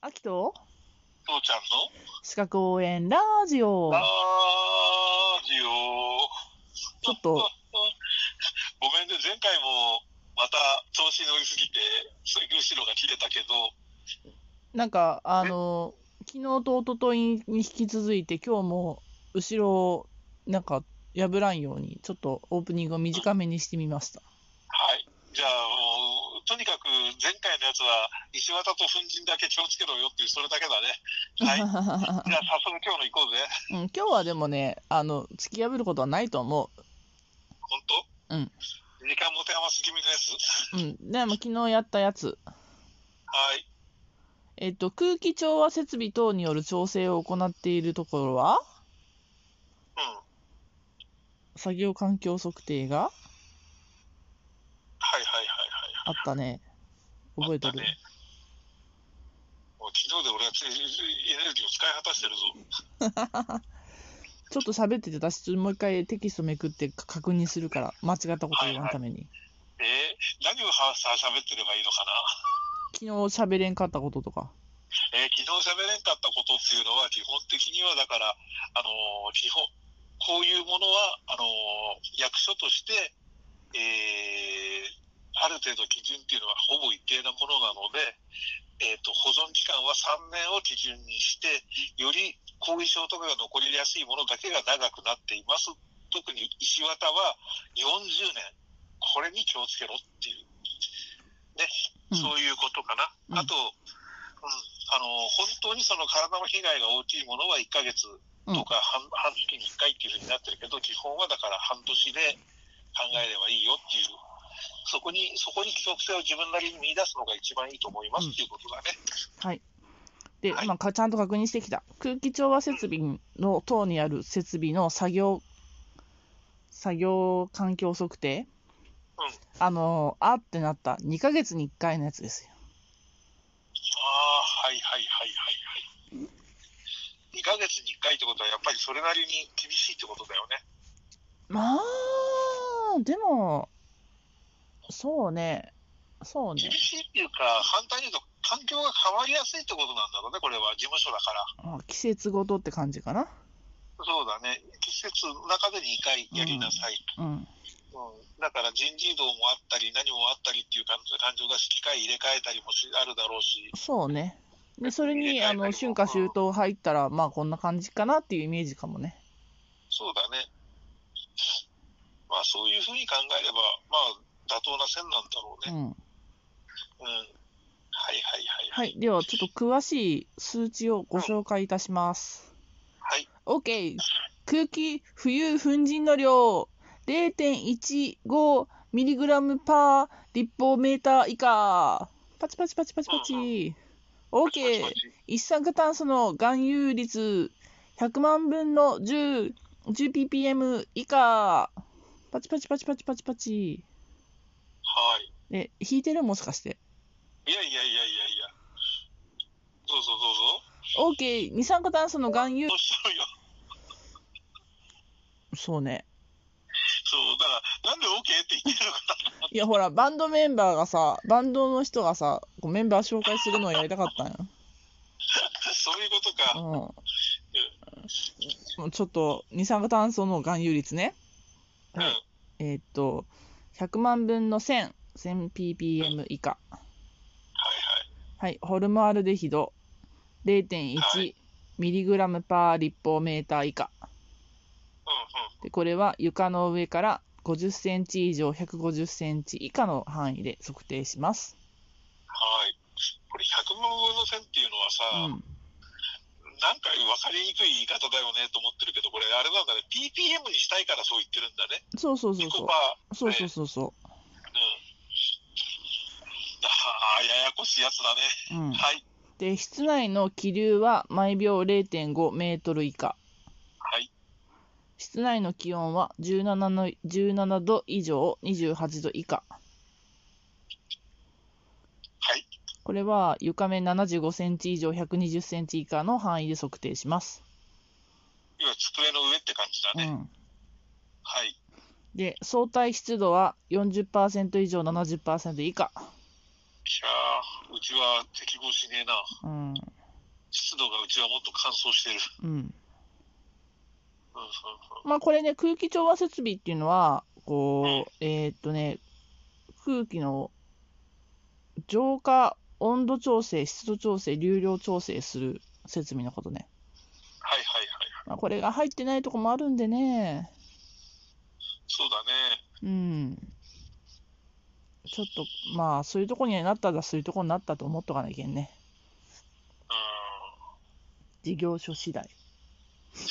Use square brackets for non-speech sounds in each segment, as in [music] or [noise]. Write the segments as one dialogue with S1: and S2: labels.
S1: 秋と
S2: 父ちゃんの
S1: 資格応援ラジオ
S2: ラジオ。
S1: ちょっと。
S2: ごめんね、前回もまた調子乗りすぎて、それ後ろが切れたけど、
S1: なんかあの昨日と一昨日に引き続いて今日も後ろをなんか破らんようにちょっとオープニングを短めにしてみました
S2: はい。じゃあもう、とにかく前回のやつは、西綿と粉塵だけ気をつけろよっていう、それだけだね。はい。
S1: [laughs]
S2: じゃあ早速今日の行こうぜ。
S1: うん、今日はでもねあの突き破ることはないと思
S2: 本当
S1: うん。
S2: 時間持て余し気味のやつ。
S1: う、うん、でも昨日やったやつ、
S2: はい。
S1: えっと、空気調和設備等による調整を行っているところは
S2: うん。
S1: 作業環境測定が
S2: はいはいはいはい。
S1: あったね覚えてる、
S2: あったねもう昨日で俺はついエネルギーを使い果たしてるぞ。
S1: ちょっと喋ってて、私、ちょっともう一回テキストめくってか確認するから、間違ったこと言わんために。
S2: えー、何をはさ喋ってればいいのかな、
S1: 昨日喋れんかったこととか。
S2: えー、昨日喋れんかったことっていうのは基本的にはだから、あのー基本こういうものはあのー役所として、えーある程度基準っていうのはほぼ一定なものなので、えー、と保存期間は3年を基準にしてより後遺症とかが残りやすいものだけが長くなっています特に石綿は40年これに気をつけろっていう、ね
S1: うん
S2: そういうことかな、
S1: うん
S2: あと、うん、あの本当にその体の被害が大きいものは1ヶ月
S1: うん
S2: とか半半月に1回っていうふうになってるけど、基本はだから半年で考えればいいよっていう、そこに、そこに規則性を自分なりに見出すのが一番いいと思いますっていうことだね。
S1: はい。で、
S2: はい
S1: 今か、ちゃんと確認してきた。空気調和設備の等にある設備の作業、作業環境測定。
S2: うん
S1: あの、あってなった2ヶ月に1回のやつですよ。
S2: ああ、はいはいはいはいはい。2ヶ月に1回ってことは、やっぱりそれなりに厳しいってことだよね。
S1: まあ、でも、そうね。そうね
S2: 厳。しいっていうか、反対に言うと、環境が変わりやすいってことなんだろうね、これは、事務所だから。
S1: あ季節ごとって感じかな。
S2: そうだね、季節の中で2回やりなさいと。
S1: うん。
S2: うん、だから人事異動もあったり、何もあったりっていう感感情だし、機械入れ替えたりもしあるだろうし、
S1: そうね。で、それ
S2: 入
S1: に、
S2: れ替えた
S1: あ
S2: りも
S1: の、春夏秋冬入ったら、まあ、こんな感じかなっていうイメージかもね。
S2: そうだね。まあ、そういうふうに考えれば、まあ、妥当な線なんだろう
S1: う
S2: ね。
S1: ん。
S2: うん。はいはいはいは。
S1: はいい。では、ちょっと詳しい数値をご紹介いたします。
S2: はい。
S1: OK。空気、浮遊、粉塵の量、0.15mg パー立方メーター以下。パチパチパチパチパチ。OK
S2: パチパ。チ
S1: 一酸化炭素の含有率100万分の10 10ppm 以下パチパチパチパチパチパチ
S2: はい。
S1: え弾いてるもしかして
S2: いやいやいやいやいや。どうぞどうぞ。
S1: OK 二酸化炭素の含有
S2: どうしようよ。
S1: そうね
S2: そう、だから、なんで OK って言ってるのか [laughs] な。
S1: いやほらバンドメンバーがさバンドの人がさこうメンバー紹介するのをやりたかったんや
S2: そういうことか。
S1: うん
S2: は
S1: もうちょっと二酸化炭素の含有率ね
S2: うん
S1: はいえーっと100万分の1000 1000ppm 以下
S2: いはい。
S1: はい、ホルムアルデヒド
S2: は
S1: 0.1ミリグラムパー立方メーター以下
S2: うんうん。
S1: でこれは床の上から50センチ以上150センチ以下の範囲で測定します。
S2: はい。これ、100万分の線っていうのはさ、
S1: うん、
S2: なんか分かりにくい言い方だよねと思ってるけど、これ、あれなんだね、PPM にしたいからそう言ってるんだね、
S1: そうそうそ
S2: ピ
S1: う
S2: コ
S1: そ
S2: パー。
S1: う。そうそうそうそ
S2: うん、あーややこしいやつだね。
S1: う。うん、
S2: はい、
S1: で室内の気流は毎秒0.5メートル以下。
S2: はい、
S1: 室内の気温は17の17度以上28度以下。
S2: はい、
S1: これは床面75センチ以上120センチ以下の範囲で測定します。
S2: 要は机の上って感じだ
S1: う
S2: ね。
S1: ん
S2: はい、
S1: で、相対湿度は40%以上70%以下。
S2: いやー、うちは適合しねえな。
S1: うん。
S2: 湿度がうちはもっと乾燥してる。
S1: うん。
S2: うんうんうん
S1: まあこれね、空気調和設備っていうのは、こう、えーっとね、空気の浄化、温度調整、湿度調整、流量調整する設備のことね。
S2: はいはいはいはい。
S1: まあ、これが入ってないとこもあるんでね、
S2: そうだ
S1: う
S2: ね。
S1: ん。ちょっと、まあ、そういうとこにはなったら、そういうとこになったと思っとかなきゃいけんね。
S2: うん。
S1: 事業所次第。
S2: そ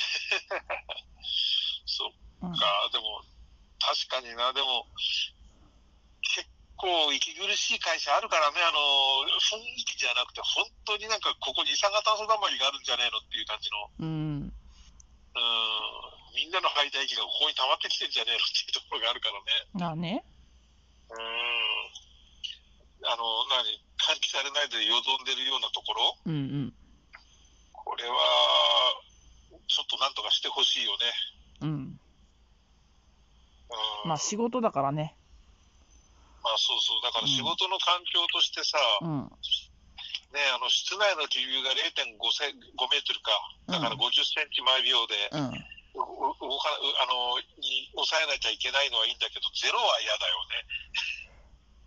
S2: っ
S1: うん
S2: か、でも、確かにな、でも、結構息苦しい会社あるからね、あの、雰囲気じゃなくて、本当になんかここに二酸化炭素溜まりがあるんじゃねえのっていう感じの、
S1: うん。
S2: うん、みんなの排た息がここに溜まってきてんじゃねえのっていうところがあるからね。
S1: まあね。
S2: うん。あの、何、換気されないでよどんでるようなところ、
S1: うんうん。
S2: これは、ちょっとなんとかしてほしいよね。
S1: うん。
S2: うん
S1: まあ、仕事だからね。
S2: まあそうそう、だから仕事の環境としてさ、
S1: うん。
S2: ね、あの室内の気流が0.5セン5メートルか、だから
S1: うん
S2: 50センチ毎秒で、
S1: うん。
S2: うう動かうあのに抑えなきゃいけないのはいいんだけど、ゼロは嫌だよね。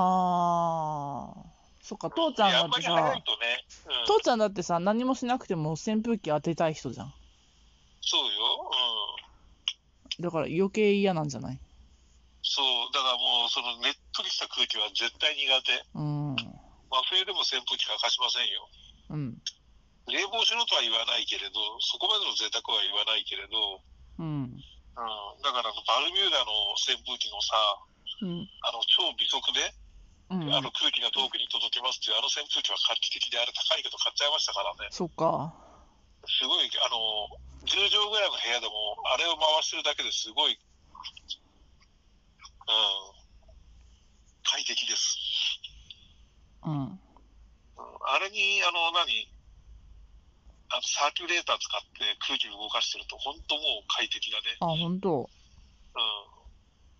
S1: まあ、そっか、父ちゃん
S2: いやあ
S1: だ
S2: ん
S1: っ
S2: ま
S1: て
S2: り早
S1: さ
S2: い、とね、うん、
S1: 父ちゃんだってさ、何もしなくても扇風機当てたい人じゃん。
S2: そうよ、うん、
S1: だから余計嫌なんじゃない
S2: そう、だからもう、そのねっとりした空気は絶対苦手、
S1: うん。
S2: 真冬でも扇風機欠かしませんよ。
S1: うん。
S2: 冷房しろとは言わないけれど、そこまでの贅沢は言わないけれど、
S1: うん。
S2: うん、だからあのバルミューダの扇風機のさ、
S1: うん。
S2: あの超微速で、
S1: うん
S2: あ。の空気が遠くに届きますっていう、あの扇風機は画期的で、あれ高いけど買っちゃいましたからね、
S1: そっか。
S2: すごい、あの、10畳ぐらいの部屋でも、あれを回してるだけですごい、うん、快適です。
S1: うん。
S2: うんあれに、あの、何、あのサーキュレーター使って空気を動かしてると、本当もう快適だね。
S1: あ、本当。
S2: うん。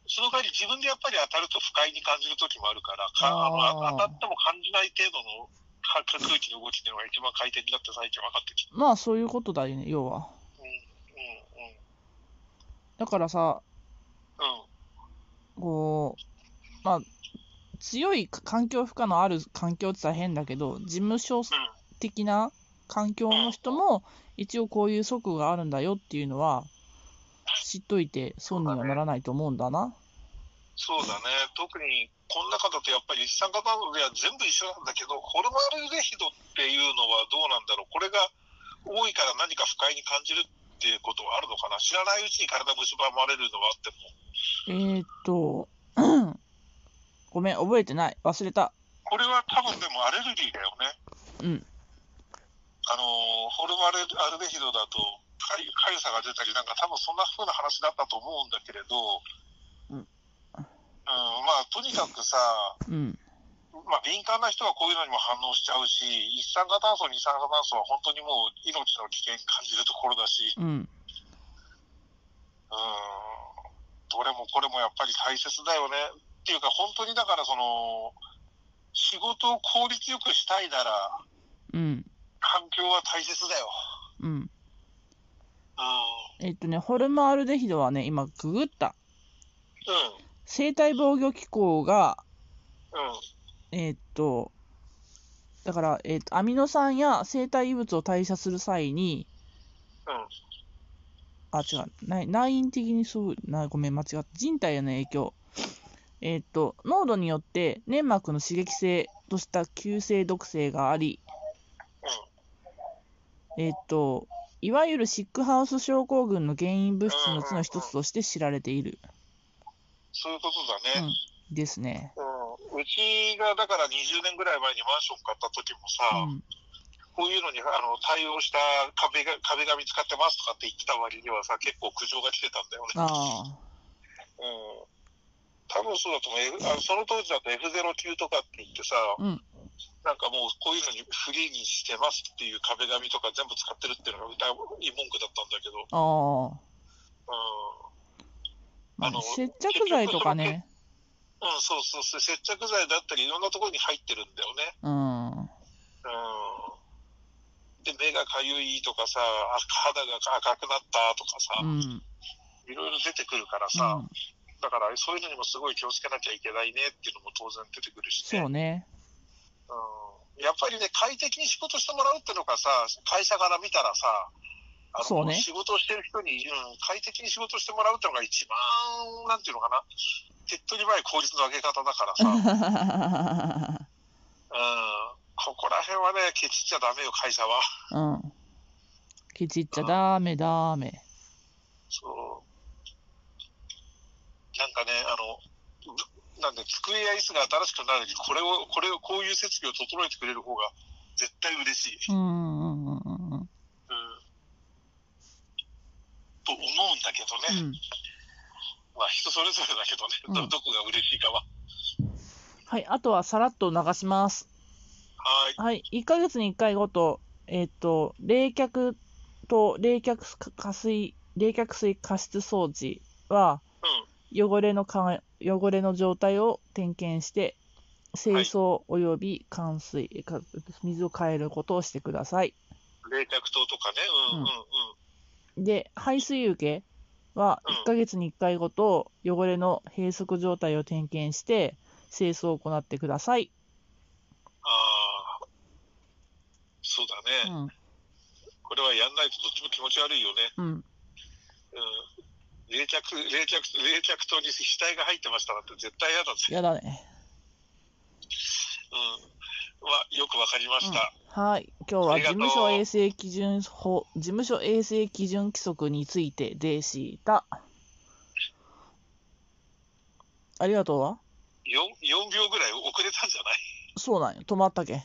S2: その代わり自分でやっぱり当たると不快に感じる時もあるから、かあの
S1: あー
S2: あ当たっても感じない程度のか空気の動きっていうのが一番快適だって最近分かってきた。
S1: まあ、そういうことだよね、要は。
S2: うん
S1: だからさ、
S2: うんうん。
S1: こう、まあ、強い環境負荷のある環境って大変だけど、事務所的な環境の人も、一応こういう則があるんだよっていうのは、知っといて損にはならないと思うんだな。
S2: そうだね。特にこの中だとやっぱり一酸化炭素では全部一緒なんだけど、ホルマルデヒドっていうのはどうなんだろう。これが多いから何か不快に感じるっていうことはあるのかな。知らないうちに体蝕まれるのはあっても。
S1: えーっと、 [clears throat] ごめん、覚えてない。忘れた。
S2: これは多分でもアレルギーだよね。
S1: うん。
S2: あのーホルマルアルデヒドだとかゆかゆさが出たりなんか多分そんな風な話だったと思うんだけれど、
S1: うん
S2: うん、まあとにかくさ、
S1: うん。
S2: まあ、敏感な人はこういうのにも反応しちゃうし一酸化炭素二酸化炭素は本当にもう命の危険感じるところだし、
S1: うん。
S2: うん、どれもこれもやっぱり大切だよねっていうか本当にだからその仕事を効率よくしたいなら
S1: うん。
S2: 環境は大切だよ。
S1: うん。
S2: う
S1: えっとね、ホルマールデヒドはね、今、ググった。
S2: ん、
S1: 生体防御機構が、
S2: うん、うん
S1: えっと、だから、えっと、アミノ酸や生体異物を代謝する際に、
S2: うん
S1: あ、違う、内内因的にそう、なごめん、間違った。人体への影響。えっと、濃度によって粘膜の刺激性とした急性毒性があり、えっと、いわゆるシックハウス症候群の原因物質のうちの一つとして知られている。
S2: そういうことだね。うん
S1: ですね。
S2: うちがだから20年ぐらい前にマンション買った時も
S1: う
S2: さ、
S1: ん。
S2: こういうのにあの対応した壁が壁紙使ってますとかって言ってた割にはさ、結構苦情が来てたんだよね。
S1: あ
S2: うん、多分そうだと思う、F あのその当時だと F09 とかって言ってさ、
S1: うん
S2: なんかもうこういうのにフリーにしてますっていう壁紙とか全部使ってるっていうのが歌に文句だったんだけど、
S1: あ。ああ。
S2: うん
S1: まあ
S2: あの
S1: 接着剤とかね。
S2: うん、そうそうそう、接着剤だったり、いろんなところに入ってるんだよね。
S1: うん。
S2: うん、手がかゆいとかさ、肌が赤くなったとかさ、
S1: うん、うん、
S2: いろいろ出てくるからさ、だからそういうのにもすごい気をつけなきゃいけないねっていうのも当然出てくるし
S1: そ
S2: ね
S1: う。ね、 [laughs]
S2: うんやっぱりね、快適に仕事してもらうってのがさ、会社から見たらさ、あ
S1: そう
S2: の
S1: ね
S2: 仕事をしてる人に、うん、快適に仕事してもらうってのが一番、なんていうのかな、手っ取り早い効率の上げ方だから
S1: [laughs]
S2: さ、うん、
S1: う
S2: ここら辺はね、ケチっちゃダメよ、会社は。
S1: ん、ケチっちゃダメダメ、
S2: そう。なんかね、あの、ぶなんで机や椅子が新しくなるに、これを、これを、こういう設備を整えてくれる方が絶対嬉しい。
S1: うんうんうんうんうん
S2: うんと思うんだけどね、
S1: うん、
S2: まあ人それぞれだけどね、
S1: うん
S2: どどこが嬉しいかは。
S1: はい、あとはさらっと流します。
S2: はい、
S1: はい、1ヶ月に1回ごと、えっ、と、冷却と冷却加水、冷却水加湿装置は、汚れのか、汚れの状態を点検して、清掃および換水、えか水を変えることをしてください。
S2: うん、冷却灯とかね、うんうんうん、
S1: で、排水受けは
S2: うん
S1: 1ヶ月に1回ごと、汚れの閉塞状態を点検して、清掃を行ってください。
S2: ああ、そうだ
S1: う
S2: ね、
S1: ん、
S2: これはやんないとどっちも気持ち悪いよね。
S1: うん、
S2: うん冷却、冷却、冷却灯に死体が入ってましたなんて絶対嫌だぜ。
S1: やだね。
S2: うん。は、よくわかりました。
S1: はい、今日は事
S2: ありがとう
S1: 務所衛生基準法、事務所衛生基準規則についてでした。ありがとうは
S2: 四四4秒ぐらい遅れたんじゃない
S1: そうなんよ、止まったけん。